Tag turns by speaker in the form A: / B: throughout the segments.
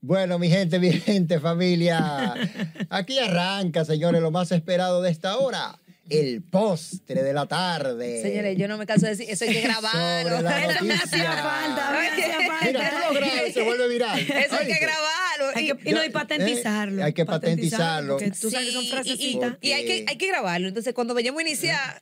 A: Bueno, mi gente, mi gente, familia. Aquí arranca, señores, lo más esperado de esta hora. El postre de la tarde.
B: Señores, yo no me canso de decir, eso hay que grabarlo.
A: Sobre la
B: Eso me hacía
A: noticia.
B: falta, me hacía
A: Mira, tú lo grabas y se
B: falta.
A: vuelve viral.
C: Eso hay que
A: Oíste.
C: grabarlo.
B: Hay
C: Y,
B: que- y no, y patentizarlo.
A: Eh, hay que patentizarlo.
B: porque Tú sabes que son
C: Sí,
B: frasecitas.
C: Y, y- y hay, que, hay que grabarlo. Entonces, cuando vayamos a iniciar.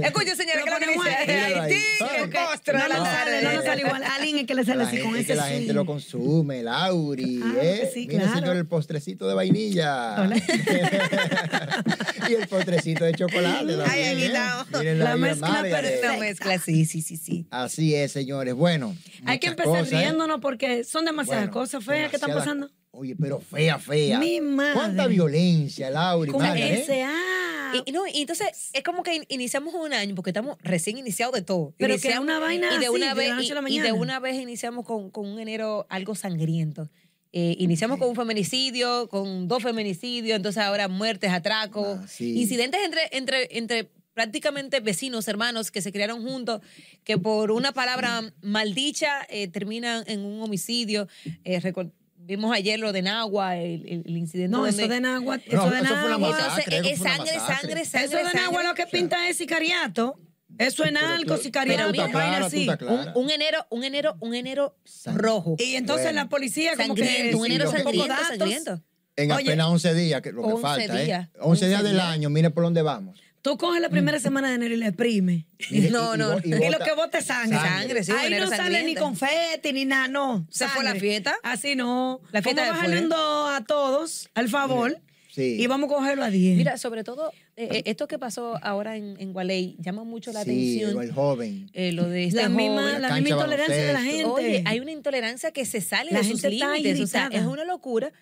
C: Escuchen, señores,
B: Lo
C: que la que
B: ponemos ahí.
C: inicia.
A: Míralo ahí.
C: Haití,
A: Ay,
C: el postre
B: No
C: de la
B: lo sale, no lo
C: tarde.
B: sale igual. Alguien es que le sale
A: La
B: así con
A: gente-
B: ese
A: que la gente
B: swing.
A: lo consume, Lauri.
B: Claro que
A: ¿eh?
B: Ah, pues sí,
A: Mira,
B: claro.
A: señor, el postrecito de vainilla.
B: Hola.
A: y el postrecito de chocolate.
C: Ay,
A: también,
C: aquí
A: ¿eh?
C: estamos.
A: Miren
B: La
A: vida
B: mezcla
A: Margaret.
B: perfecta.
C: Una mezcla, sí, sí, sí, sí.
A: Así es, señores. Bueno.
B: Hay que
A: muchas
B: empezar
A: cosas, ¿eh?
B: riéndonos porque son demasiadas
A: Bueno,
B: cosas feas que están
A: demasiadas-
B: pasando.
A: Oye, pero fea, fea.
B: Mi madre.
A: ¿Cuánta violencia, Lauri?
B: Con ah,
A: Margaret, ¿eh?
B: SA.
C: Y, y no, y entonces es como que in- iniciamos un año porque estamos recién iniciados de todo.
B: Pero que
C: Iniciamos-
B: una vaina
C: y de
B: así,
C: una
B: Ah, de
C: vez
B: la noche a la
C: y- y de
B: mañana.
C: una vez iniciamos con, con un enero algo sangriento. Eh, iniciamos con un feminicidio, con dos feminicidios, entonces ahora muertes, atracos,
A: Ah, sí.
C: incidentes entre entre entre prácticamente vecinos, hermanos que se criaron juntos, que por una palabra maldicha eh, terminan en un homicidio. Eh, recor- vimos ayer lo de Nagua, el, el- el incidente
B: No,
C: donde
B: eso de Nagua, eso
A: No,
B: de
A: eso fue una
B: Nagua.
A: masacre, eso
C: entonces, es
A: fue una
C: sangre,
A: masacre.
C: sangre, sangre.
B: Eso de Nagua lo que pinta es sicariato. Eso es nada,
A: Pero tú-
B: algo
C: pero
B: sicariato,
C: mira,
B: vaina
A: Clara, tú
B: así.
A: estás clara.
C: Un, un enero, un enero, un enero
A: Sang-
C: rojo.
B: Y entonces
A: Bueno.
B: la policía como que
C: Sangriento, un
A: sí,
C: enero
A: lo que-
C: sangriento,
B: datos.
C: sangriento.
A: En
B: Oye,
A: apenas 11 días, que lo que
C: 11
A: falta,
C: días,
A: ¿eh? 11 días
C: 11
A: del
C: días.
A: año, mire por dónde vamos.
B: Tú coges la
A: Mm.
B: primera semana de enero y la exprimes.
A: Mire,
C: No, no,
A: bo-
C: y
B: Y lo
A: bota-
B: que bote es sangre.
C: Sangre, sí, un
B: Ahí
C: enero
B: no sale ni
C: sangriento.
B: confeti ni nada, no.
C: ¿Se fue
B: Sangre.
C: la fiesta?
B: Así no.
C: La fiesta
B: vamos a
C: de
B: bajarlo en
C: fuego.
B: dos a todos, al favor.
A: Sí.
B: Y vamos a cogerlo a diez.
C: Mira, sobre todo, eh, eh, esto que pasó ahora en, en Gualey llama mucho la
A: Sí,
C: atención.
A: el joven.
C: eh, lo de esta
B: la misma,
C: joven.
B: la
A: cancha
B: misma
A: de
B: intolerancia de la
A: baloncesto.
B: gente.
C: Oye, hay una intolerancia que se sale
B: La
C: de sus
B: gente está
C: límites. O sea,
B: irritada.
C: es una locura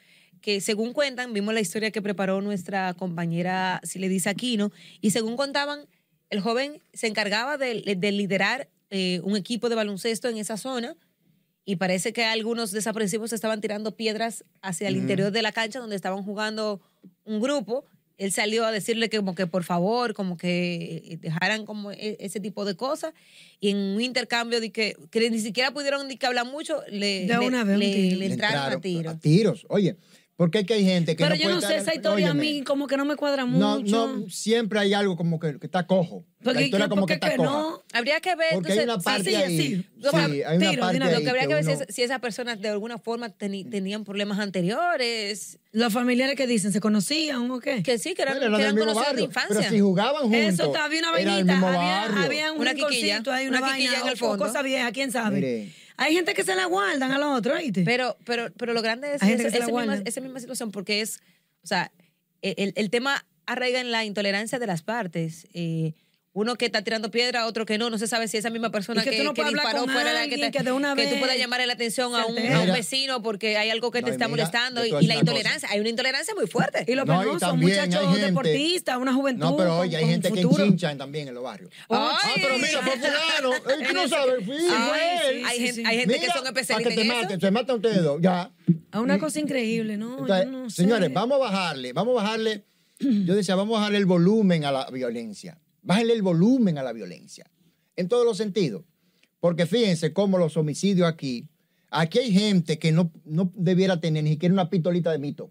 C: que según cuentan, vimos la historia que preparó nuestra compañera, si le dice Aquino, y según contaban, el joven se encargaba de, de liderar eh, un equipo de baloncesto en esa zona y parece que algunos desaprensivos estaban tirando piedras hacia el interior de la cancha donde estaban jugando un grupo. Él salió a decirle que como que por favor, como que eh, dejaran como e- ese tipo de cosas. Y en un intercambio de que, que ni siquiera pudieron ni que hablar mucho, le,
B: De
C: le-
B: una vez un
C: le-
B: tiro.
C: le entraron a tiro.
A: tiros. Oye, porque es que hay gente que
B: Pero
A: no
B: yo
A: puede
B: no sé,
A: estar-
B: esa historia
A: Óyeme,
B: a mí como que no me cuadra
A: No,
B: mucho.
A: no, siempre hay algo como que, que está cojo. la
B: porque
A: historia
B: que-
A: como que
B: porque
A: está
B: que
A: coja.
B: no.
C: Habría que ver,
A: Porque hay una
C: entonces, sí,
A: parte
B: sí,
A: ahí.
B: sí.
A: Sí, hay una
B: Tiro,
A: parte
B: dinamo.
A: ahí
C: lo que habría que ver si,
A: uno-
C: es- si esas personas de alguna forma teni- tenían problemas anteriores,
B: Los familiares que dicen, ¿se conocían o qué?
C: que sí, que eran,
A: Bueno, eran
C: que
A: del
C: eran
A: mismo
C: conocidos de
A: barrio,
C: infancia.
A: Pero si jugaban juntos.
B: Eso, estaba- había una
A: era el
B: vainita,
A: mismo
B: había,
A: barrio.
B: había un
C: Una quiquilla,
B: rinconcito ahí, una,
C: una quiquilla
B: vaina,
C: en el
B: o-
C: fondo.
B: o cosa vieja, quién sabe.
A: Mire.
B: Hay gente que se la guardan al otro, ¿oíste?
C: Pero, pero, pero lo grande es
B: Hay gente
C: esa,
B: que se la
C: esa misma,
B: guarda.
C: esa misma situación, porque es, o sea, el, el tema arraiga en la intolerancia de las partes. Eh, uno que está tirando piedra, otro que no, no se sabe si esa misma persona
B: Y que
C: que,
B: tú no
C: que
B: puedes hablar
C: disparó
B: con
C: fuera la que,
B: alguien
C: te-
B: que de una
C: que tú
B: vez
C: puedas llamarle la atención a
B: se
C: un,
B: altera.
C: a un
A: Mira.
C: vecino porque hay algo que
A: No, y
C: te está
A: mira,
C: molestando
A: yo te
C: y,
A: voy a
C: y
A: decir
C: la
A: una cosa.
C: intolerancia, hay una intolerancia muy fuerte.
B: y los
A: No, y
B: penosos,
A: también hay
B: muchachos
A: gente-
B: deportistas, una juventud.
A: No, pero oye,
B: con-
A: hay
B: con
A: gente que
B: futuro.
A: chinchan también en los barrios.
C: Ay,
A: Ah, pero mira, fue fulano. Ey, tú no
B: Ay,
A: sabes, fui, fue
B: sí,
A: él.
C: hay
B: sí,
C: gente,
B: sí.
C: hay gente que
A: Mira,
C: son
A: para que
C: especialistas
A: te
C: en
A: maten,
C: eso.
A: se matan ustedes dos, ya.
B: A una cosa increíble, ¿no?
A: Entonces,
B: Yo no sé.
A: señores, vamos a bajarle, vamos a bajarle. Yo decía, vamos a bajarle el volumen a la violencia. Bájenle el volumen a la violencia. En todos los sentidos. Porque fíjense cómo los homicidios aquí, aquí hay gente que no, no debiera tener ni siquiera una pistolita de mito.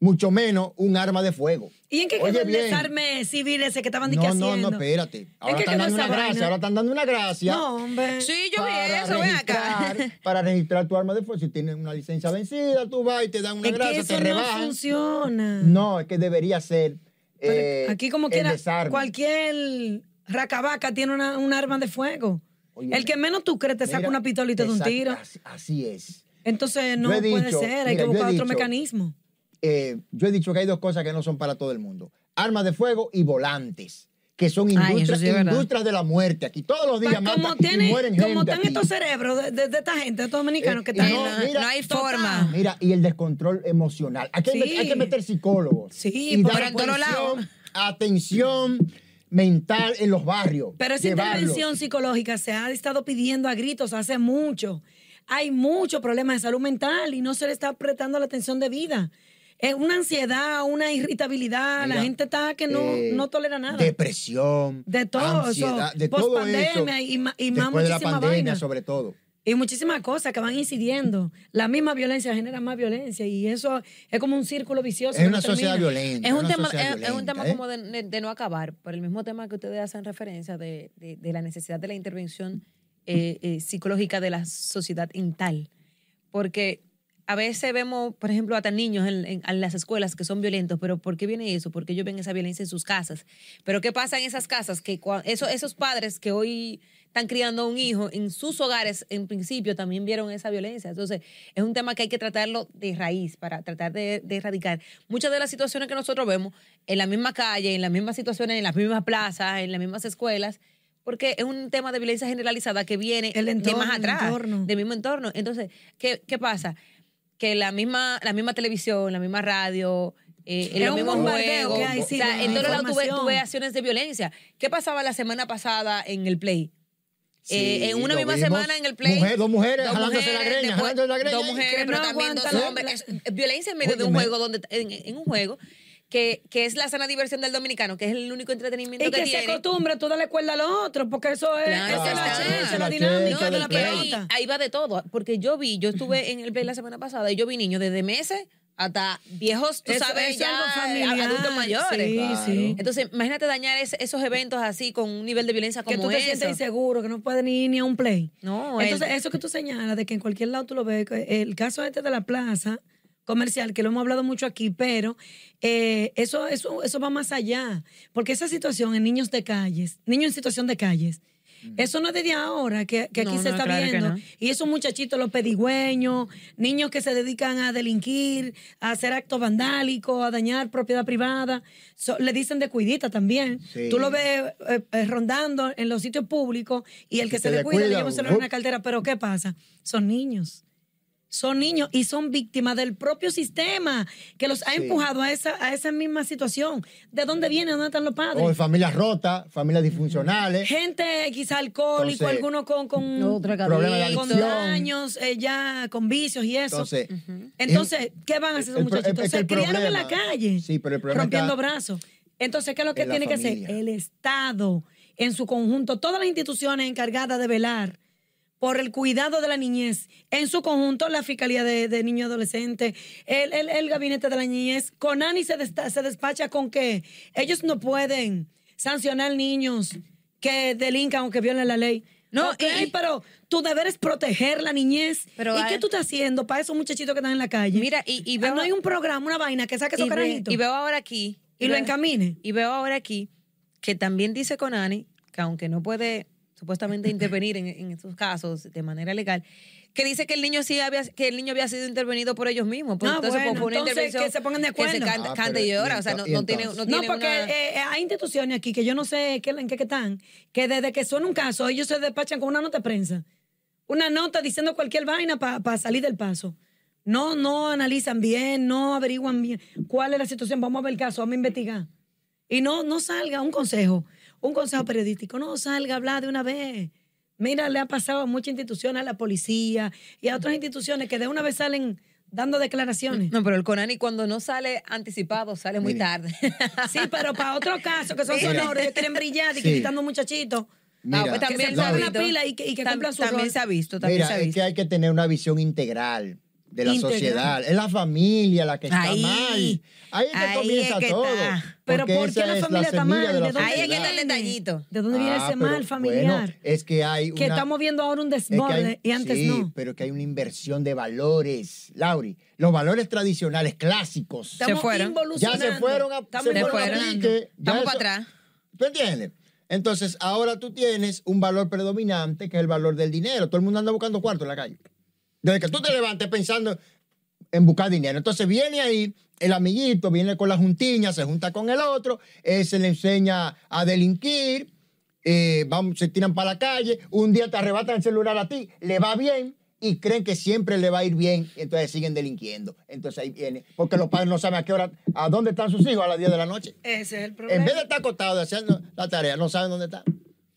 A: Mucho menos un arma de fuego.
B: ¿Y en qué
A: Oye,
B: quedó el
A: bien.
B: desarme civil ese que estaban
A: No,
B: discutiendo?
A: no, no, espérate. Ahora
B: qué
A: están
B: quedó
A: dando una
B: esa
A: gracia,
B: vaina?
A: ahora están dando una gracia.
B: No, hombre.
C: Sí, yo vi
A: para
C: eso, ven acá.
A: registrar- Para registrar tu arma de fuego, si tienes una licencia vencida, tú vas y te dan una
B: es que
A: gracia,
B: eso
A: te rebajan.
B: no funciona.
A: No, es que debería ser.
B: Mm. Pero
A: eh,
B: aquí como
A: el
B: quiera,
A: desarme.
B: cualquier racabaca tiene una- un arma de fuego.
A: Óyeme.
B: el que menos tú crees te saca
A: Mira,
B: una pistolita de un
A: exacto,
B: tiro.
A: Así, así es.
B: Entonces no
A: Yo he
B: puede
A: dicho,
B: ser,
A: mira,
B: hay que
A: yo he
B: buscar otro
A: dicho-
B: mecanismo.
A: Eh, yo he dicho que hay dos cosas que no son para todo el mundo: armas de fuego y volantes, que son
C: Ay, eso
A: industrias,
C: sí es verdad.
A: industrias de la muerte. Aquí todos los días
B: Pa- como
A: matan y
B: tiene,
A: mueren
B: como
A: gente
B: están
A: aquí.
B: estos cerebros de, de- de esta gente, de estos dominicanos
A: Eh,
B: que
A: y
B: están.
A: no, mira,
C: no hay
B: Total.
C: forma.
A: Mira, y el descontrol emocional. Aquí hay,
B: Sí.
A: hay que meter psicólogos.
B: Sí,
A: y
B: por-
A: dar
B: pero en
C: todos lados.
A: atención, atención mental en los barrios.
B: Pero esa
A: Llevarlos.
B: intervención psicológica se ha estado pidiendo a gritos hace mucho. Hay muchos problemas de salud mental y no se le está prestando la atención debida. Es una ansiedad, una irritabilidad, la
A: Mira,
B: gente está que no,
A: eh,
B: no tolera nada.
A: Depresión.
B: De todo eso,
A: ansiedad, de todo eso.
B: pospandemia y ma- y más
A: Después de la
B: muchísima
A: pandemia,
B: vaina.
A: sobre todo.
B: Y muchísimas cosas que van incidiendo. La misma violencia genera más violencia y eso es como un círculo vicioso.
A: Es
B: que
A: una
B: no
A: sociedad
B: termina.
A: violenta.
C: Es un,
A: una
C: tema,
A: sociedad
C: es, es un
A: violenta,
C: tema
A: ¿eh?
C: como de, de- de no acabar, por el mismo tema que ustedes hacen referencia de, de- de la necesidad de la intervención eh, eh, psicológica de la sociedad en tal. Porque a veces vemos, por ejemplo, hasta niños en, en- en las escuelas que son violentos, pero ¿por qué viene eso? Porque ellos ven esa violencia en sus casas. Pero ¿qué pasa en esas casas? Que cua- eso- esos padres que hoy están criando a un hijo en sus hogares, en principio también vieron esa violencia. Entonces, es un tema que hay que tratarlo de raíz para tratar de, de erradicar. Muchas de las situaciones que nosotros vemos en la misma calle, en las mismas situaciones, en las mismas plazas, en las mismas escuelas, porque es un tema de violencia generalizada que viene
B: El entorno,
C: de más
B: el
C: atrás,
B: entorno.
C: del mismo entorno. Entonces, ¿qué, qué pasa? Que la misma, la misma televisión, la misma radio, eh,
B: Es
C: los
B: un
C: mismos
B: bombardeo
C: juegos,
B: que hay,
C: o
B: sí,
C: sea,
B: de
C: en todos lados tú ves- tú
B: información.
C: ves acciones de violencia. ¿Qué pasaba la semana pasada en el Play?
A: Sí,
C: Eh, en una
A: lo
C: misma
A: vimos.
C: semana en el play.
A: Mujer- dos mujeres
C: dos
A: jalándose la
C: mujeres,
A: greña,
C: después
A: jalándose la greña.
C: Dos mujeres,
B: Que no
C: pero también dos
B: aguantan
C: hombres.
B: la-
C: Es violencia en medio de un
A: Óyeme.
C: juego, donde en, en un juego, que, que es la sana diversión del dominicano, que es el único entretenimiento
B: Y que se
C: tiene.
B: acostumbra tú darle cuerda al otro, porque eso es,
C: Claro,
B: esa es la
C: está.
B: chencha, la
A: La
B: dinámica
A: chencha
B: de
A: del
B: la
C: y ahí-
B: pelota.
C: Ahí va de todo, porque yo vi, yo estuve en el play la semana pasada y yo vi niños desde meses hasta viejos, tú
B: Eso-
C: sabes,
B: eso es
C: ya
B: algo familiar.
C: adultos mayores.
B: Sí,
A: Claro.
B: sí.
C: Entonces, imagínate dañar es- esos eventos así con un nivel de violencia
B: que
C: como
B: tú te
C: eso.
B: sientes inseguro, que no puedes ni, ni a un play.
C: No,
B: Entonces,
C: el-
B: eso que tú señalas, de que en cualquier lado tú lo ves, que el caso este de la plaza comercial, que lo hemos hablado mucho aquí, pero eh, eso, eso, eso va más allá, porque esa situación en niños de calles, niños en situación de calles, eso no es desde ahora que, que aquí
C: No,
B: se
C: no,
B: está
C: claro que
B: viendo.
C: no.
B: Y esos muchachitos, los pedigüeños, niños que se dedican a delinquir, a hacer actos vandálicos, a dañar propiedad privada, so- le dicen de cuidita también.
A: Sí.
B: Tú lo ves eh, eh, rondando en los sitios públicos y el
A: Si
B: que se
A: te
B: descuida le
A: descuida,
B: lleva un celular en una
A: ujú.
B: cartera. Pero ¿qué pasa? Son niños. Son niños y son víctimas del propio sistema que los ha
A: Sí.
B: empujado a esa, a esa misma situación. ¿De dónde vienen? ¿Dónde están los padres?
A: O en familias rotas, familias disfuncionales.
B: Gente quizá alcohólico,
A: Entonces,
B: algunos con, con,
C: No, drogadicto.
A: problema de
B: con
A: adicción.
B: daños, eh, ya con vicios y eso. Entonces,
A: Entonces,
B: ¿qué van a hacer esos
A: el pro-
B: muchachitos?
A: es que
B: Se
A: el
B: criaron en
A: problema-
B: la calle,
A: Sí, pero el problema
B: rompiendo
A: está-
B: brazos. Entonces, ¿qué es lo que
A: en la
B: tiene que
A: familia.
B: hacer? El Estado, en su conjunto, todas las instituciones encargadas de velar por el cuidado de la niñez, en su conjunto, la Fiscalía de, de Niños y Adolescentes, el, el- el Gabinete de la Niñez, Conani se, desta- se despacha con que ellos no pueden sancionar niños que delincan o que violen la ley. No,
C: No,
B: y,
C: y-
B: pero tu deber es proteger la niñez.
C: Pero
B: ¿Y
C: hay-
B: qué tú estás haciendo para esos muchachitos que están en la calle?
C: Mira, y- y
B: Ah,
C: veo-
B: no hay un programa, una vaina que saque esos
C: y, ve-
B: carajitos
C: y
B: y,
C: veo ahora aquí.
B: lo
C: veo-
B: encamine.
C: Y veo ahora aquí que también dice Conani, que aunque no puede supuestamente intervenir en, en estos casos de manera legal, que dice que el niño sí había, que el niño había sido intervenido por ellos mismos. Pues,
B: Ah,
C: entonces,
B: bueno,
C: pues, fue una
B: entonces,
C: intervención
B: que se pongan de
C: Que se
B: acuerdo.
C: canta,
A: Ah,
C: canta y
A: pero,
C: llora.
A: y
C: o sea, no,
A: ento- y
C: no tiene, no
A: entonces.
B: No,
C: tiene
B: porque
C: una-
B: eh, hay instituciones aquí que yo no sé qué, en qué, qué están, que desde que suena un caso, ellos se despachan con una nota de prensa. Una nota diciendo cualquier vaina para salir del paso. No, no analizan bien, no averiguan bien cuál es la situación. Vamos a ver el caso, vamos a investigar. Y no, no salga un consejo, un consejo periodístico, no salga a hablar de una vez. Mira, le ha pasado a muchas instituciones, a la policía y a otras instituciones que de una vez salen dando declaraciones.
C: No, pero el Conani cuando no sale anticipado, sale muy
A: Mira.
C: tarde.
B: Sí, pero para otro caso, que son
A: Mira.
B: sonoros, ellos quieren brillar, y que
A: Sí.
B: quitando muchachitos.
A: mira,
C: Ah, pues
B: que se
C: también se ha
A: no,
B: pongan la
C: visto.
B: pila y que- y que
C: Tam-
B: cumplan su
C: También
B: rol.
C: se ha visto, también
A: mira,
C: se ha
A: es
C: visto.
A: que hay que tener una visión integral de la
B: Integral.
A: sociedad. Es la familia la que está
C: Ahí,
A: mal. Ahí es que
C: ahí
A: comienza
C: es que
A: todo.
C: está.
B: Pero ¿por qué
A: esa
B: la
A: es
B: familia está
A: semilla
B: mal?
A: de la
B: ¿De dónde
C: Ahí es que
A: sociedad.
C: está el
B: viene?
C: detallito.
B: ¿De dónde viene
A: Ah,
B: ese
A: pero,
B: mal
A: bueno,
B: familiar?
A: es que hay
B: que
A: una-
B: estamos viendo ahora un
A: Es que hay-
B: desborde y antes
A: sí,
B: no.
A: pero que hay una inversión de valores, Lauri. Los valores tradicionales, clásicos.
B: Estamos
C: fueron.
A: Ya
B: involucionando.
A: se fueron a,
B: Estamos
A: se fueron a
B: evolucionando.
A: pique, ya
C: Vamos
A: eso-
C: para atrás.
A: ¿Tú entiendes? Entonces, ahora tú tienes un valor predominante que es el valor del dinero. Todo el mundo anda buscando cuarto en la calle. Desde que tú te levantes pensando en buscar dinero. Entonces viene ahí el amiguito, viene con la juntiña, se junta con el otro, eh, se le enseña a delinquir, eh, vamos, se tiran para la calle, un día te arrebatan el celular a ti, le va bien y creen que siempre le va a ir bien, y entonces siguen delinquiendo. Entonces ahí viene, porque los padres no saben a qué hora, a dónde están sus hijos a las 10 de la noche.
B: Ese es el
A: En vez
B: problema.
A: de estar acostado de hacer la tarea, no saben dónde están.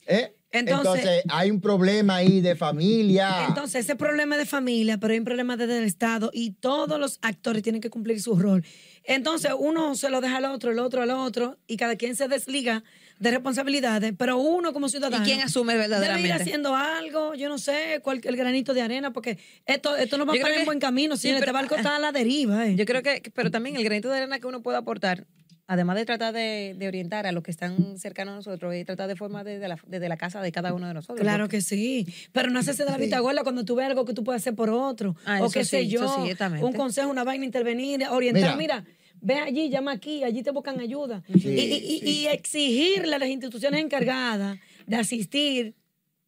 A: ¿Eh?
B: Entonces-
A: Entonces, hay un problema ahí de familia.
B: Entonces, ese problema es de familia, pero hay un problema desde el Estado y todos los actores tienen que cumplir su rol. Entonces, uno se lo deja al otro, el otro al otro, y cada quien se desliga de responsabilidades, pero uno como ciudadano.
C: ¿Y quién asume
B: Debe ir
C: verdaderamente?
B: haciendo algo, yo no sé, cual- el granito de arena, porque esto, esto no va
C: Yo creo
B: para en
C: que-
B: buen camino, si
C: Sí,
B: este
C: pero- ah,
B: barco está a la deriva. eh.
C: Yo creo que, que- pero también el granito de arena que uno puede aportar, además de tratar de, de orientar a los que están cercanos a nosotros, y tratar de formar desde la, desde la casa de cada uno de nosotros.
B: Claro que sí, pero no hacerse de la
A: Sí.
B: vista gorda cuando tú ves algo que tú puedes hacer por otro,
C: Ah,
B: o
C: eso
B: qué sé
C: sí,
B: yo,
C: eso sí, exactamente.
B: un consejo, una vaina, intervenir, orientar,
A: Mira.
B: mira, ve allí, llama aquí, allí te buscan ayuda.
A: Sí,
B: y, y- y-
A: sí.
B: y exigirle a las instituciones encargadas de asistir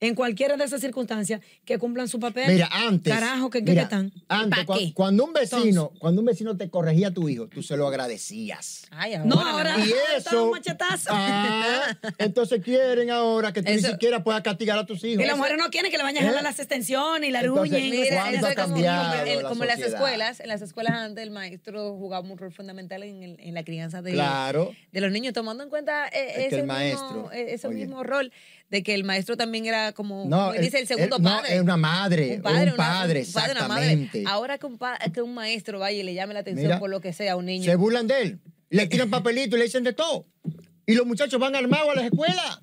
B: en cualquiera de esas circunstancias que cumplan su papel.
A: Mira, antes.
B: Carajo, que, que-
A: mira,
B: que están.
A: Antes,
C: ¿Pa'
A: cua-
C: qué?
A: cuando un vecino, cuando un vecino te corregía a tu hijo, tú se lo agradecías.
C: Ay,
B: No,
C: mi
B: ahora-
C: amor.
A: Y
B: Ah,
A: eso.
B: un machetazo.
A: Ah, entonces quieren ahora que tú ni
C: Eso-
A: siquiera puedas castigar a tus hijos.
B: Y las mujeres no quieren que le vayan a
A: ¿Eh?
B: jalar las extensiones y la
A: Entonces,
B: ruñen.
A: mira,
C: Mira,
A: ¿Cuándo
C: eso
A: ha
C: es como,
A: cambiado
C: como en-
A: la
C: como en las
A: sociedad?
C: escuelas, en las escuelas antes el maestro jugaba un rol fundamental en, el- en la crianza de,
A: Claro.
C: de los niños, tomando en cuenta eh,
A: que
C: ese,
A: el
C: mismo,
A: maestro,
C: eh, ese
A: oye.
C: mismo rol, de que el maestro también era como, como le
A: el-
C: dice, el segundo
A: el- no,
C: padre.
A: es una madre,
C: un
A: un
C: padre,
A: padre,
C: una- un padre, una madre.
A: exactamente.
C: Ahora que un, pa- que un maestro vaya y le llame la atención
A: Mira,
C: por lo que sea a un niño.
A: Se burlan de él, le tiran papelitos y le dicen de todo. Y los muchachos van armados a las escuelas.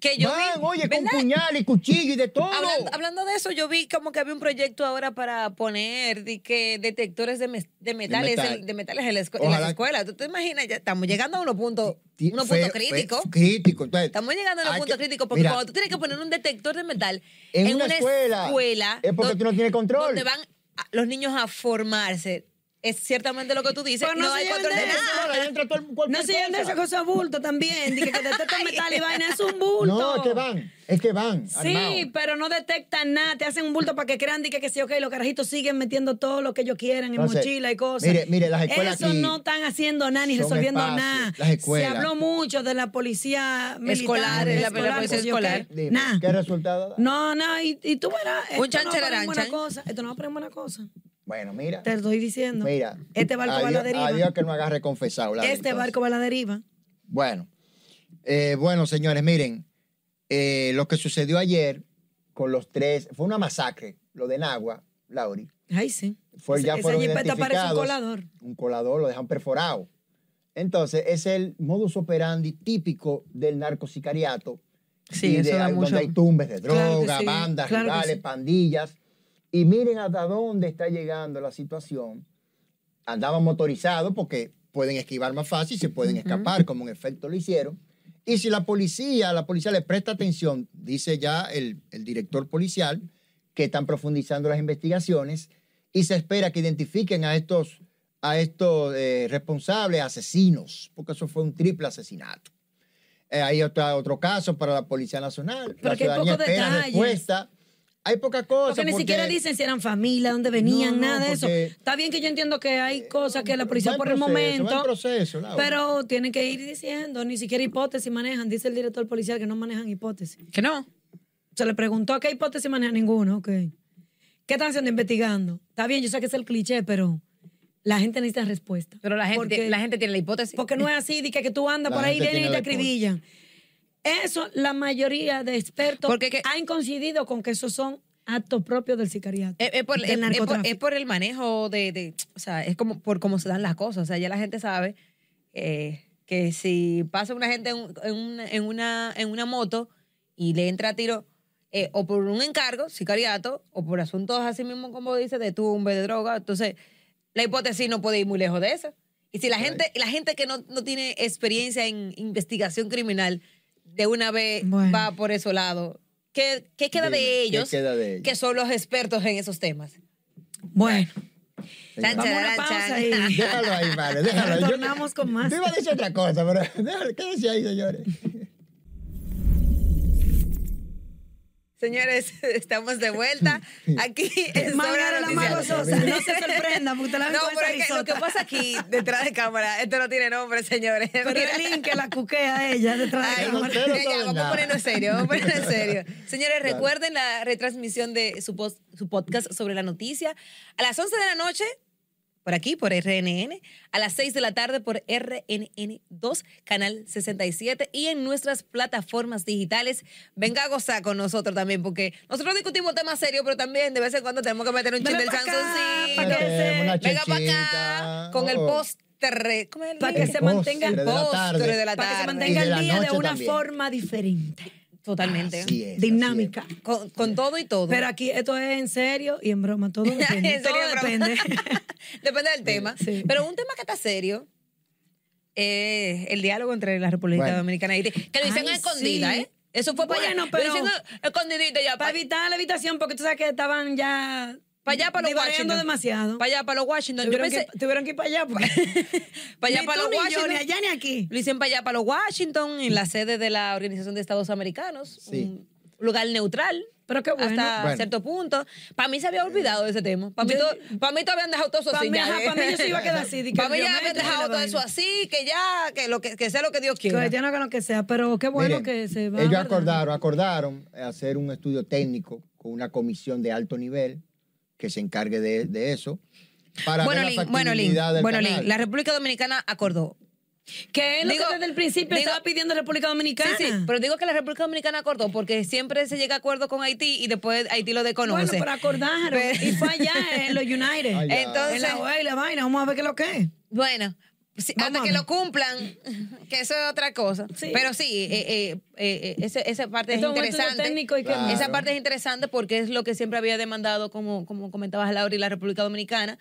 C: que yo
A: van,
C: vi-
A: oye,
C: ¿verdad?
A: con puñal y cuchillo y de todo.
C: Hablando, hablando de eso, yo vi como que había un proyecto ahora para poner de que detectores de, mes- de metales,
A: metal.
C: en- de metales en, la escu- en las
A: Ojalá.
C: escuelas. ¿Tú te imaginas? Ya estamos llegando a unos puntos,
A: Ti-
C: unos
A: fe-
C: puntos
A: fe-
C: críticos.
A: Crítico, entonces.
C: Estamos llegando a unos
A: hay
C: puntos
A: que-
C: críticos porque
A: mira,
C: cuando tú tienes que poner un detector de metal
A: En una escuela, es porque
C: don-
A: tú no tienes control.
C: Donde van a- los niños a formarse. Es ciertamente lo que tú dices.
B: Pero no
C: no hay
B: se lleven
C: control de
B: de eso.
C: nada.
A: ahora ya entra todo el-
B: No
A: cualquier
B: se lleven de
A: cosa.
B: esa cosa bulto también. Dije que detectan metal y vaina. Es un bulto.
A: No, es que van, es que van.
B: Sí,
A: armados.
B: pero no detectan nada. Te hacen un bulto para que crean di que, que sí, ok, los carajitos siguen metiendo todo lo que ellos quieran en
A: Entonces,
B: mochila y cosas.
A: mire, mire, las escuelas
B: Eso
A: aquí
B: no están haciendo nada ni
A: son
B: resolviendo
A: espacios,
B: nada.
A: las escuelas.
B: Se habló mucho de la policía militar,
C: Escolar,
A: la- la
C: policía
B: qué sé yo qué.
C: pues, escolar.
A: Dime,
B: Nada.
A: ¿Qué resultado da?
B: No, no, y, y tú verás. esto no
C: chancha
B: va a parar en buena
C: aranchan.
B: cosa, Esto no va a poner buena cosa.
A: Bueno, mira.
B: Te lo estoy diciendo.
A: Mira.
B: Este barco va a la
A: adiós-
B: deriva.
A: Adiós que no agarre confesado. Laura,
B: este
A: entonces.
B: barco va a la deriva.
A: Bueno, eh, bueno, señores, miren, eh, lo que sucedió ayer con los tres, fue una masacre, lo de Nagua, Lauri.
B: Ay, sí.
A: Fue,
B: Ese-
A: Pues ya
B: esa
A: fueron
B: jipeta parece un
A: identificados.
B: colador.
A: Un colador, lo dejan perforado. Entonces, es el modus operandi típico del narcosicariato.
C: Sí,
A: y de
C: eso da
A: ahí
C: mucho.
A: Donde hay tumbes de
B: Claro que
A: droga,
B: sí,
A: bandas,
B: claro que
A: rivales,
B: sí.
A: pandillas. Y miren hasta dónde está llegando la situación. Andaban motorizados porque pueden esquivar más fácil, se pueden escapar, como en efecto lo hicieron. Y si la policía, la policía le presta atención, dice ya el, el director policial, que están profundizando las investigaciones y se espera que identifiquen a estos, a estos eh, responsables asesinos, porque eso fue un triple asesinato. Eh, hay otro, otro caso para la Policía Nacional.
B: Porque
A: la
B: hay
A: ciudadanía
B: pocos
A: espera
B: detalles.
A: respuesta. Hay pocas cosas.
B: Porque ni siquiera dicen si eran familia, dónde venían,
A: No, no,
B: nada de eso.
A: porque- Eh,
B: Está bien que yo entiendo que hay cosas que la policía
A: Va en
B: por el
A: proceso, va en
B: momento,
A: proceso, Laura.
B: pero tienen que ir diciendo, ni siquiera hipótesis manejan, dice el director policial que no manejan hipótesis.
C: Que no.
B: Se le preguntó qué hipótesis maneja ninguno, ok. ¿Qué están haciendo investigando? Está bien, yo sé que es el cliché, pero la gente necesita respuesta.
C: Pero la gente,
B: Porque-
C: la gente tiene la hipótesis.
B: porque no es así, de que, que tú andas
A: La
B: por ahí,
A: gente
B: vienen y
A: tiene
B: te
A: la hipótesis.
B: acribillan. Eso, la mayoría de expertos
C: Porque que-
B: han coincidido con que esos son actos propios del sicariato.
C: Es, es Eh, por,
B: del
C: es- es por-
B: narcotráfico.
C: es por el manejo de, de- O sea, es como por cómo se dan las cosas. O sea, ya la gente sabe eh, que si pasa una gente en, un- en una, en, una, en una moto y le entra a tiro eh, o por un encargo, sicariato, o por asuntos así mismo, como dice, de tumbe, de droga. Entonces, la hipótesis no puede ir muy lejos de eso. Y si la gente, la gente que no, no tiene experiencia en investigación criminal de una vez
B: Bueno.
C: va por ese lado, ¿qué, qué queda
A: Dime,
C: de
A: ¿qué
C: ellos?
A: queda de ellos?
C: que son los expertos en esos temas.
B: Bueno,
A: Señores.
B: vamos a una pausa y
A: Déjalo ahí, vale, déjalo ahí. Yo-
B: Retornamos con más.
A: Yo iba a decir otra cosa, pero déjalo, ¿qué decía ahí, señores?
C: Señores, estamos de vuelta aquí en
B: Más
C: Zona
B: gana la
C: Noticias.
B: Mago Sosa, no se sorprenda, porque usted la ve
C: No,
B: con esa
C: pero es que lo
B: risota.
C: que pasa aquí detrás de cámara, esto no tiene nombre, señores.
B: pero
C: Mira.
B: el link que la cuquea a ella detrás de
C: Ay,
A: Yo
B: cámara.
A: no sé.
C: ya, ya,
A: saben
C: vamos a
A: nada.
C: ponerlo en serio, vamos a ponerlo en serio. Señores, recuerden la retransmisión de su, pos- su podcast sobre la noticia a las 11 de la noche por aquí, por RNN, a las 6 de la tarde por RNN2, canal 67 y en nuestras plataformas digitales. Venga a gozar con nosotros también, porque nosotros discutimos temas serios, pero también de vez en cuando tenemos que meter un chiste
B: Dame
C: del
B: pa' acá,
C: chanzoncito.
B: pa' que se-
A: Este, Una
C: Venga para
A: chichita.
C: acá con el
A: Oh.
C: postre. ¿Cómo es el
B: Para
C: nombre?
B: que se mantenga-
A: el postre de la tarde.
C: Postre de la
B: Eh, oh, Para que se
C: tarde.
B: mantenga
A: Y de
B: el
A: la
B: día de
A: noche
B: una
A: también.
B: forma diferente, Ah,
C: Totalmente.
A: Así es, así es.
B: dinámica.
C: Con, con todo y todo.
B: Pero aquí esto es en serio y en broma, todo
C: En
B: depende.
C: serio,
B: todo
C: broma.
B: depende.
C: Depende del tema.
B: Sí.
C: Pero un tema que está serio es el diálogo entre la República
A: Bueno.
C: Dominicana y Haití. Que lo hicieron
B: Ay,
C: a escondida,
B: sí.
C: ¿eh? Eso fue para
B: Bueno,
C: allá.
B: pero-
C: Lo hicieron escondidito ya.
B: para
C: Para
B: evitar la habitación, porque tú sabes que estaban ya.
C: Pa' allá, pa' los
B: divagando
C: Washington.
B: demasiado.
C: allá, para los Washington. Yo
B: tuvieron,
C: pensé,
B: que, tuvieron que ir para allá. Pues.
C: para allá,
B: Ni
C: para
B: tú,
C: los
B: ni yo,
C: Washington.
B: ni allá, ni aquí.
C: Lo hicieron para allá, para los Washington, en la sede de la Organización de Estados Americanos.
A: Sí.
C: Un lugar neutral.
B: Pero qué bueno.
C: Hasta
A: Bueno.
C: cierto punto. Para mí se había olvidado de ese tema. Para mí,
B: Yo-
C: to- pa' mí todavía han dejado todo eso
B: Para
C: así.
B: mí,
C: ya,
B: ajá,
C: ¿eh?
B: pa' mí yo sí iba a quedar así. di que
C: Para mí
B: yo
C: ya
B: me
C: habían dejado todo
B: vaina.
C: eso así, que ya, que, lo que, que sea lo que Dios
B: Que
C: quiera.
B: ya no hagan lo que sea, pero qué bueno
A: Miren,
B: que se va.
A: ellos
B: ¿verdad?
A: acordaron, acordaron hacer un estudio técnico con una comisión de alto nivel que se encargue de, de eso para
C: Bueno,
A: ver la
C: Lin, bueno, Lin,
A: factibilidad del
C: bueno,
A: canal.
C: Lin, la República Dominicana acordó.
B: Que es lo
C: Digo-
B: que desde el principio
C: digo-
B: estaba pidiendo República
C: Sí,
B: Dominicana.
C: sí, pero digo que la República Dominicana acordó porque siempre se llega a acuerdo con Haití y después Haití lo desconoce.
B: bueno, pero acordaron.
C: Pero-
B: Y fue allá en los United.
A: Ay, ya.
C: Entonces-
B: en la OEA y la vaina. Vamos a ver qué es lo que es.
C: Bueno, sí,
B: Vamos
C: hasta
B: a
C: que
B: ver.
C: lo cumplan, que eso es otra cosa.
B: Sí.
C: Pero sí, eh, eh, eh, eh, ese- esa parte
B: Esto
C: es
B: es un estudio
C: interesante.
B: técnico y que-
A: Claro.
C: Esa parte es interesante porque es lo que siempre había demandado, como, como comentabas Laura y la República Dominicana,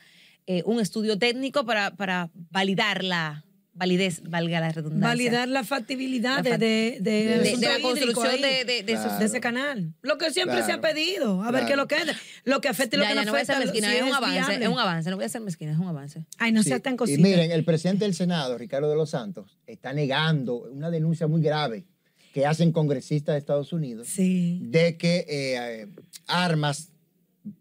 C: eh, un estudio técnico para, para validar la validez, valga la redundancia.
B: validar la factibilidad
C: La
B: de,
C: fact-
B: de, de,
A: de-
B: asunto
C: de la
B: hídrico
C: construcción
B: ahí,
C: de- de- de
A: esos-
B: de ese canal. Lo que siempre se ha
A: Claro.
B: pedido, a ver qué es lo que es, lo que afecta y lo
C: Ya,
B: que
C: ya,
B: no
C: no voy a ser
B: afecta. lo-
C: mezquina,
B: si
C: es un avance,
B: viable.
C: es un avance, no voy a ser mezquina, es un avance.
B: Ay, no
A: Sí,
B: seas tan
A: Y
B: cosita.
A: miren, el presidente del Senado, Ricardo de los Santos, está negando una denuncia muy grave que hacen congresistas de Estados Unidos
B: Sí.
A: de que eh, eh, armas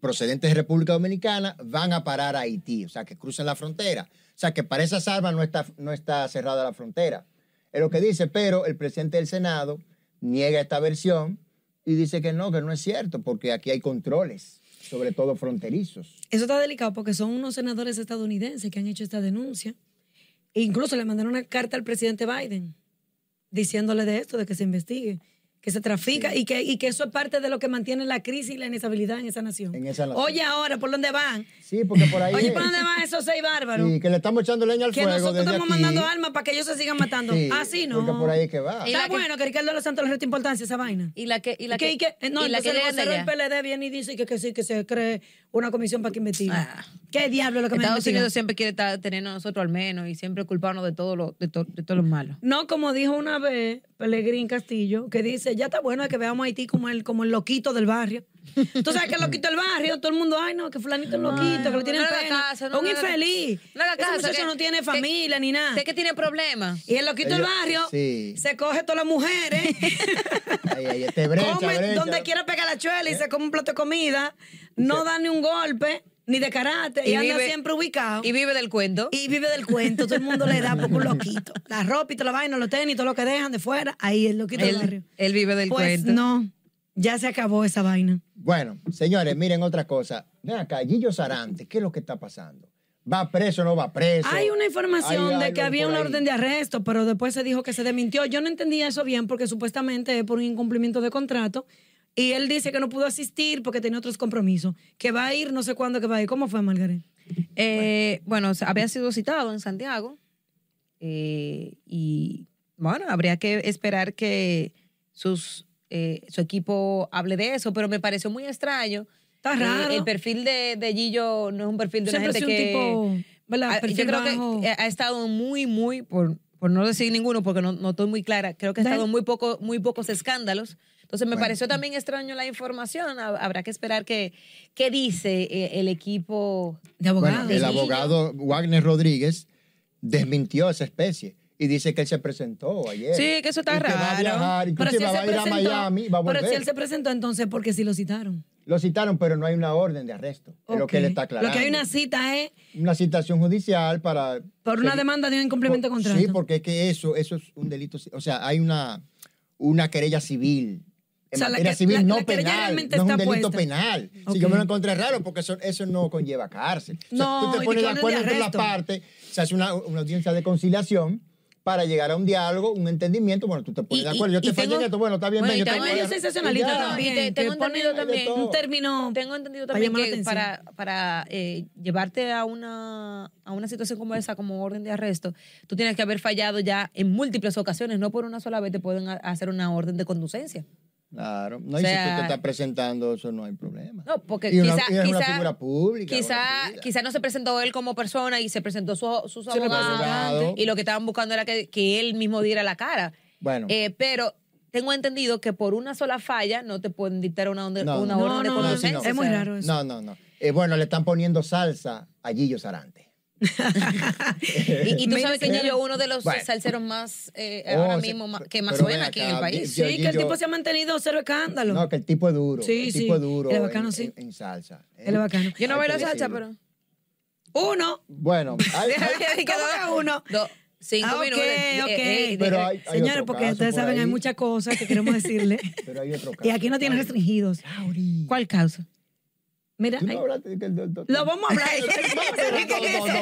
A: procedentes de República Dominicana van a parar a Haití, o sea, que cruzan la frontera. O sea, que para esas armas no está, no está cerrada la frontera. Es lo que dice, pero el presidente del Senado niega esta versión y dice que no, que no es cierto, porque aquí hay controles, sobre todo fronterizos.
B: Eso está delicado porque son unos senadores estadounidenses que han hecho esta denuncia. E incluso le mandaron una carta al presidente Biden diciéndole de esto, de que se investigue, que se trafica y, que, y que eso es parte de lo que mantiene la crisis y la inestabilidad en esa nación.
A: En esa nación.
B: Oye, ahora, ¿por dónde van?
A: Sí, porque por ahí...
B: Oye,
A: es.
B: ¿por dónde van esos seis bárbaros?
A: Sí, que le estamos echando leña al
B: que
A: fuego.
B: nosotros
A: desde
B: estamos
A: aquí.
B: mandando armas para que ellos se sigan matando.
A: Sí,
B: Así no. Eh,
A: Porque por ahí es que va.
C: Y
B: Está
C: la que-
B: bueno que Ricardo de los Santos le resta importancia a esa vaina.
C: Y la que, y la
B: que, y que- no,
C: y la que
B: entonces el
C: llegan de
B: vocero del
C: allá.
B: PLD viene y dice que, que sí, que se cree una comisión para que investigue.
C: Ah.
B: ¿Qué diablo es lo que
C: Estados
B: me investiga?
C: Unidos siempre quiere estar- tenernos a nosotros al menos y siempre culparnos de todo lo, de, to- de todos los malos.
B: No, como dijo una vez Pelegrín Castillo, que dice, ya está bueno de que veamos a Haití como el, como el loquito del barrio. Tú sabes que el loquito del barrio, todo el mundo, ay no, que fulanito es loquito, que le tienen
C: no le haga
B: pena.
C: caso, no
B: un
C: le haga-
B: infeliz.
C: no le haga
B: Ese
C: caso,
B: muchacho
C: que-
B: no tiene
C: que-
B: familia ni nada.
C: Sé que tiene problemas.
B: Y el loquito del
A: Ellos-
B: barrio
A: sí.
B: se coge todas las mujeres.
A: Ahí, ahí, este brecha,
B: come
A: brecha. Eh.
B: donde quiera pega la chuela y se come un plato de comida, no da ni un golpe, ni de karate, y, anda siempre ubicado.
C: Y
B: Y,
C: vive del cuento.
B: vive del cuento, todo el mundo le da por un loquito. La ropa y toda la vaina, los tenis, todo lo que dejan de fuera, ahí el loquito del barrio.
C: él, él vive del
B: Pues
C: cuento.
B: no, ya se acabó esa vaina.
A: Bueno, señores, miren otra cosa. Ven acá, Gillo Sarante, ¿qué es lo que está pasando? ¿Va preso o no va preso?
B: Hay una información
A: Hay
B: de
A: algo
B: que había
A: por
B: una
A: ahí.
B: orden de arresto, pero después se dijo que se desmintió. Yo no entendía eso bien porque supuestamente es por un incumplimiento de contrato. Y él dice que no pudo asistir porque tenía otros compromisos. Que va a ir, no sé cuándo que va a ir. ¿Cómo fue, Margaret?
C: Eh, bueno, o sea, había sido citado en Santiago eh, y bueno, habría que esperar que sus, eh, su equipo hable de eso, pero me pareció muy extraño.
B: Está
C: Eh,
B: Ah, raro.
C: el perfil de, de Gillo no es un perfil de una gente
B: Siempre es un
C: que...
B: tipo, ¿verdad?
C: Ah,
B: Perfil
C: yo creo
B: bajo.
C: que eh, ha estado muy, muy, por, por no decir ninguno, porque no, no estoy muy clara, creo que ha
B: Dale.
C: estado muy, poco, muy pocos escándalos. Entonces me
A: Bueno.
C: pareció también extraño la información. Hab- Habrá que esperar que, qué dice eh, el equipo.
B: de abogado.
A: Bueno, el abogado Wagner Rodríguez desmintió esa especie y dice que él se presentó ayer.
C: Sí, que eso
A: Y
C: está
A: que Va a
C: raro.
A: viajar,
B: pero si
A: inclusive va
B: él se
A: a ir a
B: presentó,
A: Miami, va a volver.
B: pero si él se presentó, entonces, porque si lo citaron.
A: Lo citaron, pero no hay una orden de arresto. Es lo
B: Ok.
A: que él está aclarando.
B: Lo que hay una cita es
A: Una citación judicial para...
B: por una
A: Sí.
B: demanda de un incumplimiento de
A: Por-
B: contrato.
A: Sí, porque es que eso, eso es un delito. ci- O sea, hay una, una querella civil en
B: O sea, la
A: materia
B: que-
A: civil
B: la-
A: no
B: la querella
A: penal, no
B: realmente
A: es un
B: está
A: delito
B: puesta.
A: penal. Si
B: Ok.
A: yo me lo encontré raro, porque eso, eso no conlleva cárcel. O sea,
B: No,
A: tú
B: y
A: te pones de
B: dictamen de
A: acuerdo entre las
B: arresto.
A: partes, se hace una, una audiencia de conciliación para llegar a un diálogo, un entendimiento. Bueno, tú te pones
C: Y-
A: de acuerdo, yo
C: y-
A: te
C: y
A: fallé en
C: tengo-
A: esto, bueno, está bien,
C: Bueno,
A: ven,
C: y
A: yo te
C: tengo-
A: voy a-
B: medio sensacionalista
A: Ya.
B: también,
C: Y te-
B: que
C: tengo
B: ponen
C: entendido
A: ahí de
C: también.
A: todo.
B: un término
C: Tengo entendido
B: Para
C: también
B: llamar la
C: que
B: atención.
C: para, para eh, llevarte a una, a una situación como esa, como orden de arresto, tú tienes que haber fallado ya en múltiples ocasiones, no por una sola vez te pueden ha- hacer una orden de conducencia.
A: Claro, no,
C: O
A: y si tú
C: sea-
A: te estás presentando, eso no hay problema.
C: No, porque
A: Y
C: quizá,
A: una- y es una
C: quizá-
A: figura pública, una
C: Quizá,
A: figura.
C: quizá no se presentó él como persona y se presentó su, sus
B: representó
C: abogados,
A: abogado.
C: y lo que estaban buscando era que, que él mismo diera la cara.
A: Bueno.
C: Eh, pero tengo entendido que por una sola falla no te pueden dictar una, orden-
A: No,
C: Eh, una
A: no,
C: orden de
B: no, no,
A: no,
C: conducencia. o
A: es
B: muy
C: sea.
B: raro. eso.
A: No, no, no. Eh, bueno, le están poniendo salsa a Gillo Sarante.
C: Y, y tú
B: Me
C: sabes que
B: dice-
C: Gillo es uno de los
A: Bueno.
C: salseros más, eh,
A: Oh,
C: ahora
A: sí,
C: mismo, más- que más
A: pero
C: suena
A: ven
C: aquí en el
A: acá,
C: país.
A: Yo-
B: Sí,
A: yo-
B: que el
A: yo-
B: tipo se ha mantenido cero escándalo.
A: No, que el tipo es duro.
B: Sí,
A: el
B: sí,
A: tipo es duro.
B: él es bacano,
A: en,
B: sí.
A: en- en salsa. Eh,
B: Él es bacano.
C: Yo no
A: Hay
C: bailo
A: que
C: salsa,
A: decirlo.
C: pero...
B: Uno. ah,
A: Bueno, hay- hay-
B: ¿Cómo que uno?
C: Dos, cinco
B: Ah, ok,
C: minutos. eh,
B: ok.
C: eh, eh,
A: Pero hay- hay
B: Señores,
A: otro
B: porque
A: caso
B: ustedes
A: por
B: saben, hay
A: ahí.
B: muchas cosas que queremos decirle.
A: pero hay otro caso.
B: y aquí no tienen restringidos.
A: Lauri,
C: ¿Cuál causa?
B: Mira,
A: tú no
B: ay,
A: hablaste de que el doctor-
B: lo vamos a hablar.
A: pero no, no, no,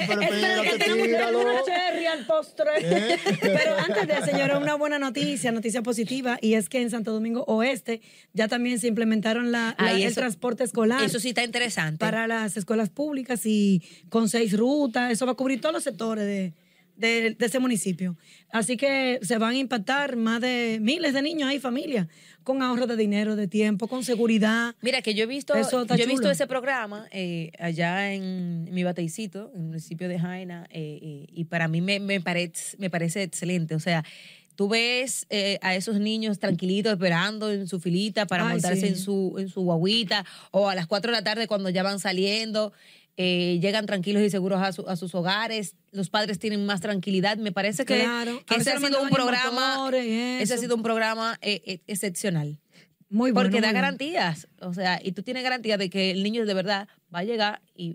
A: pero
B: Espera, que
A: espérate,
B: tenemos
A: tíralo.
B: una cherry al postre.
A: ¿Eh?
B: Pero antes de, señora, una buena noticia, noticia positiva, y es que en Santo Domingo Oeste ya también se implementaron la, la-
C: Ay,
B: el
C: eso-
B: transporte escolar.
C: Eso sí está interesante.
B: para las escuelas públicas y con seis rutas. Eso va a cubrir todos los sectores de, de- de ese municipio. Así que se van a impactar más de miles de niños y familias con ahorro de dinero, de tiempo, con seguridad.
C: Mira, que yo he visto,
B: Eso
C: yo
B: está
C: he visto
B: chulo.
C: ese programa eh, allá en mi bateicito, en el municipio de Jaina, eh, eh, y para mí me, me, parece, me parece excelente. O sea, tú ves eh, a esos niños tranquilitos esperando en su filita para
B: Ay,
C: montarse
B: sí.
C: en, su, en su guaguita, o a las 4 de la tarde cuando ya van saliendo. eh, llegan tranquilos y seguros a, su- a sus hogares, los padres tienen más tranquilidad. Me parece que,
B: Claro.
C: que
B: A
C: ese,
B: veces
C: ha
B: lo
C: sido un
B: mandaban en
C: programa,
B: motores y
C: ese ha
B: eso.
C: sido un programa eh, eh, excepcional.
B: Muy bueno.
C: Porque da
B: muy bueno.
C: garantías, o sea, y tú tienes garantía de que el niño de verdad va a llegar y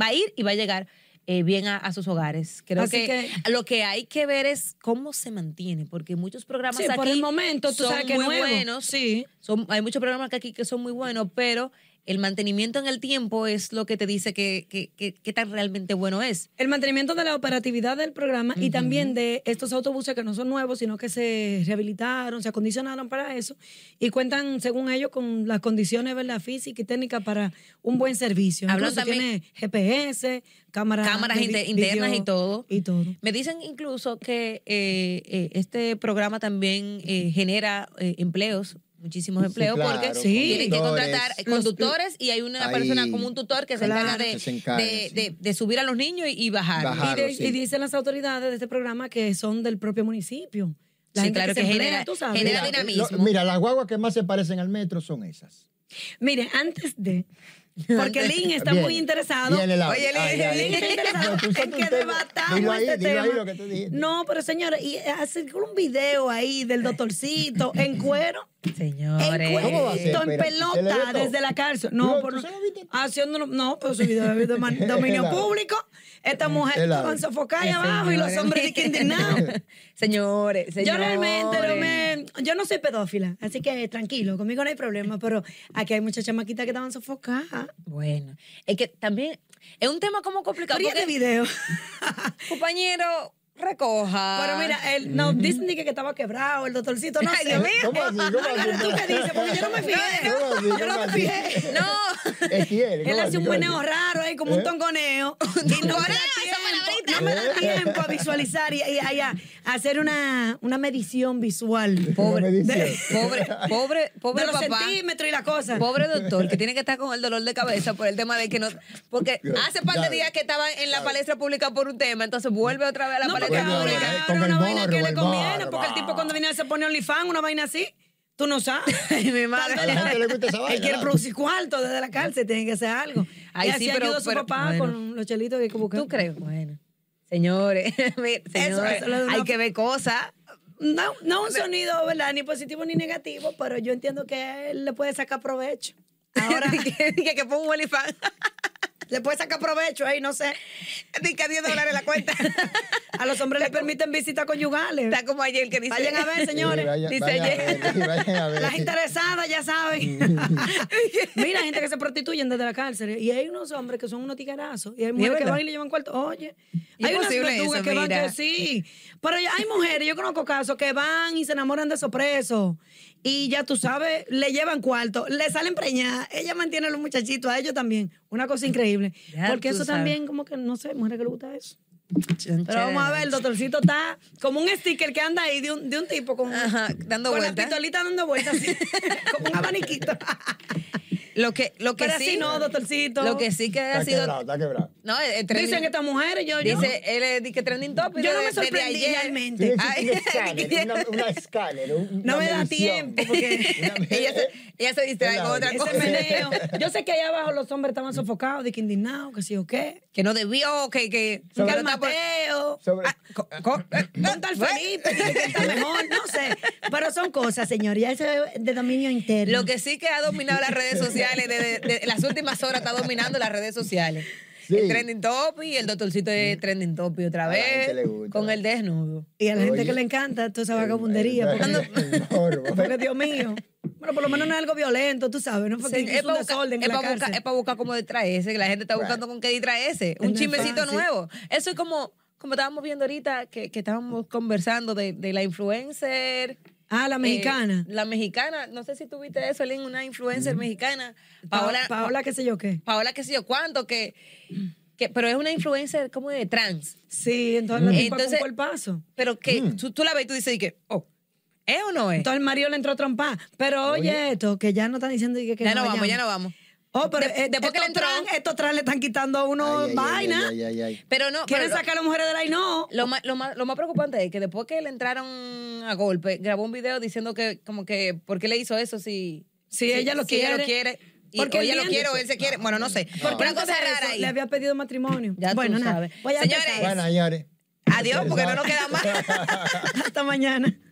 C: va a ir y va a llegar eh, bien a, a sus hogares. Creo
B: Así
C: que, lo que hay que ver es cómo se mantiene, porque muchos programas
B: Sí,
C: aquí
B: por el momento, tú
C: son
B: sabes que
C: muy
B: nuevo.
C: buenos,
B: Sí.
C: son- hay muchos programas que aquí que son muy buenos, pero el mantenimiento en el tiempo es lo que te dice que, que, que- qué tan realmente bueno es.
B: El mantenimiento de la operatividad del programa y también de estos autobuses que no son nuevos, sino que se rehabilitaron, se acondicionaron para eso y cuentan, según ellos, con las condiciones ¿verdad? físicas y técnicas para un buen servicio.
C: Hablan
B: Incluso
C: también-
B: tiene GPS, cámaras,
C: Cámaras
B: de vi-
C: inte- internas
B: video
C: y todo.
B: Y todo.
C: Me dicen incluso que eh, eh, este programa también eh, genera eh, empleos, muchísimos
A: Sí,
C: empleos,
A: claro,
C: porque
A: Sí.
C: tienen que contratar
A: conductores.
C: eh, conductores y hay una
A: Ahí.
C: persona como un tutor que se
B: Claro.
C: encarga de,
A: Que se encarga,
C: de-
A: sí.
C: de- de subir a los niños y, y bajar.
A: Bajar. Claro,
B: y, de-
A: sí.
B: y dicen las autoridades de este programa que son del propio municipio. La
C: Sí,
B: gente
C: claro
B: que,
C: que
B: se emplea,
C: genera-
B: tú sabes.
C: genera
A: Mira,
C: dinamismo.
A: lo- mira, las guaguas que más se parecen al metro son esas. Eh,
B: Mire, antes de. Porque Lin está
A: Viene,
B: muy interesado.
A: viene Laura.
B: Oye, Lin,
A: Ay, ay,
B: Lin está
A: ay.
B: interesado
A: No, tú usaste
B: en
A: un
B: que
A: tema.
B: debatamos
A: Dilo ahí,
B: este
A: dilo
B: tema.
A: ahí lo que tú dijiste.
B: No, pero señora, y hacer un video ahí
A: Eh.
B: del doctorcito en cuero. En
C: Señores.
A: ¿Cómo va a ser?
B: cuerito,
A: Espera, ¿se
B: en
A: le ve
B: pelota,
A: todo?
B: desde la cárcel.
A: Pero,
B: No,
A: ¿tú
B: por,
A: se lo viste?
B: haciéndolo, no, pero su video de de man- dominio
A: Helado.
B: público. Esta mujer
A: Helado.
B: estaban sofocadas ahí
C: Señores.
B: abajo y los hombres de que indignados.
C: señores, señores.
B: Yo realmente no me, yo no soy pedófila, así que tranquilo, conmigo no hay problema, pero aquí hay muchas chamaquitas que estaban sofocadas.
C: Bueno, es que también es un tema como complicado.
B: Pero y este
C: porque,
B: video.
C: compañero, recoja.
B: Pero mira, el, no, dicen que, que estaba quebrado, el doctorcito, no
C: Ah. Ay,
B: sé.
C: Dios mío.
A: ¿Cómo así? ¿Cómo
B: Ay,
A: así?
B: pero tú qué dices, porque yo no me fijé.
A: ¿Cómo así?
B: Yo no
A: ¿Cómo
B: me
A: así?
B: fijé.
C: No.
A: Estiel,
B: Él
A: ¿cómo
B: hace
A: así?
B: un
A: ¿Cómo así?
B: meneo raro ahí, como
A: ¿Eh?
B: un tongoneo. Y no me da tiempo, no me da
C: ¿Eh?
B: tiempo a visualizar y, y- y a, a hacer una, una medición visual.
A: Una
C: Pobre,
A: medición.
C: de- pobre, pobre, pobre
B: de los
C: papá.
B: centímetros y la cosa.
C: Pobre doctor, que tiene que estar con el dolor de cabeza por el tema de que no. Porque hace par de
A: Ya.
C: días que estaba en la palestra pública por un tema, entonces vuelve otra vez a la
B: No, porque
C: palestra
A: Bueno,
B: ahora,
A: ahora,
C: pública.
A: eh,
B: ahora
A: con el
B: una vaina
A: morbo,
B: que le
A: el
B: conviene,
A: morbo.
B: porque el tipo cuando viene se pone OnlyFans, una vaina así, tú no sabes.
C: mi madre.
B: Tal
A: A la gente le gusta esa
B: Él
A: vaina,
B: quiere
A: ¿no?
B: producir cuarto desde la cárcel, tiene que hacer algo.
C: Ay,
B: y
C: sí,
B: así
C: pero-
B: ayuda a su
C: pero-
B: papá
C: bueno.
B: con los chelitos que hay que buscar.
C: ¿Tú crees? Bueno, señores, mira, señores,
B: eso lo de una-
C: hay que ver cosas.
B: No, no un sonido, ¿verdad? Ni positivo ni negativo, pero
C: Ah.
B: yo entiendo que él le puede sacar provecho.
C: Ahora que, que, que pongo un olifán.
B: Le puede sacar provecho ahí, no sé.
C: Dice que 10 dólares la cuenta.
B: A los hombres les permiten visitas conyugales.
C: Está como ayer que dice.
B: Vayan a ver, señores.
A: Sí, vayan-
C: dice
A: vayan a
C: ayer.
A: ver, sí, vayan a ver.
B: Las interesadas ya saben. Mira, gente que se prostituyen desde la cárcel. Y hay unos hombres que son unos tiguerazos. Y hay mujeres que
C: verdad?
B: van y le llevan cuarto. Oye,
C: Y
B: hay unas
C: posible
B: tortugas
C: eso,
B: que van
C: mira.
B: que sí. Pero ya hay mujeres, yo conozco casos que van y se enamoran de esos presos. Y ya tú sabes, le llevan cuarto, le salen preñadas. Ella mantiene a los muchachitos, a ellos también. Una cosa increíble.
C: Ya
B: Porque
C: tú
B: eso
C: sabes.
B: también, como que no sé, mujeres que le gusta eso. Pero vamos a ver, el doctorcito está como un sticker que anda ahí de un, de un tipo con,
C: Ajá, dando
B: con la
C: vueltas.
B: pistolita dando vueltas, así, como un abaniquito.
C: Lo que, lo que
B: Pero
C: sí.
B: así no, doctorcito.
C: Lo que sí que ha
A: Está
C: sido.
A: quebrado, está quebrado.
C: No, el, el trending-
B: Dicen que estas mujeres, yo, yo-
C: Dice, él es di que trending topic.
B: yo
C: de-
B: no me
C: desde
B: sorprendí
C: ayer.
A: Tiene
B: realmente.
A: que
C: Ay,
A: existir un escáner, una, una escáner, un- una
B: No me da
A: medición.
B: tiempo, porque
A: Una me-
C: Ella se, ella se distrae con otra
A: Ese
C: cosa.
B: Ese meneo. Yo sé que allá abajo los hombres estaban sofocados, de que indignados, que sí o qué.
C: Que no debió, que. que
B: Que
A: Sobre-
B: al Mateo.
A: sobre-
C: Ah, co- co- eh,
B: Con tal
C: bueno.
B: Felipe, que está mejor, no sé. Pero son cosas, señor, ya eso es de dominio interno.
C: Lo que sí que ha dominado las redes sociales, de, de- de las últimas horas está dominando las redes sociales.
A: Sí.
C: El trending topic, el doctorcito de trending topic otra
A: A la
C: vez,
A: gente le gusta.
C: con el desnudo.
B: Y a la gente
A: Oye.
B: que le encanta toda esa vagabundería.
A: El-
B: porque-
A: el- el morbo.
B: Porque Dios mío. Bueno, por lo menos no es algo violento, tú sabes, no fue que
C: Sí,
B: hizo
C: es
B: un
C: para buscar,
B: desorden
C: es
B: en la
C: pa' buscar- es
B: cárcel.
C: pa' buscar cómo distraerse, que la gente está buscando con qué distraerse.
B: Es
C: Un
B: no
C: chismecito
B: fácil.
C: nuevo. Eso es como, como estábamos viendo ahorita, que, que estábamos conversando de, de la influencer.
B: Ah, la
C: eh,
B: mexicana. Mm.
C: la mexicana. No sé si tuviste eso, Lynn, una influencer mexicana.
B: Paola,
C: Paola,
B: Paola, qué sé yo qué.
C: Paola qué sé yo cuánto, que, que, pero es una influencer como de trans.
B: Sí, entonces la
C: Mm.
B: tipa
C: Entonces-
B: con cuerpazo.
C: Pero que tú, tú la ves y tú dices, y que, oh, ¿es o no es?
B: Mm. Entonces el marido le entró a trompar. Pero oye, esto, que ya no están diciendo que, que
C: ya no
B: vayamos.
C: vamos, ya no vamos.
B: Oh, pero
C: De-
B: eh,
C: después que le
B: estos,
C: entró-
B: trans, estos trans le están quitando a uno
A: Ay, ay, ay,
B: vaina.
A: ay, ay, ay, ay.
C: Pero no,
B: Quieren
C: pero-
B: sacar a las mujeres de la y no.
C: Lo más, lo, más, lo más preocupante es que después que le entraron a golpe, grabó un video diciendo que, como que, ¿por qué le hizo eso si,
B: Si ella lo
C: ella
B: quiere.
C: lo quiere. Y,
B: Porque
C: o ella lo
B: bien
C: quiere o
B: dice.
C: él se quiere. Bueno, no sé.
B: Porque
C: Una
B: antes
C: cosa
B: de eso,
C: rara ahí.
B: le había pedido matrimonio.
C: Ya tú
B: bueno, nada.
C: sabes.
B: Pues ya tú
C: Señores,
B: sabes.
A: Bueno, señores.
C: Adiós, porque no nos queda más.
B: hasta mañana.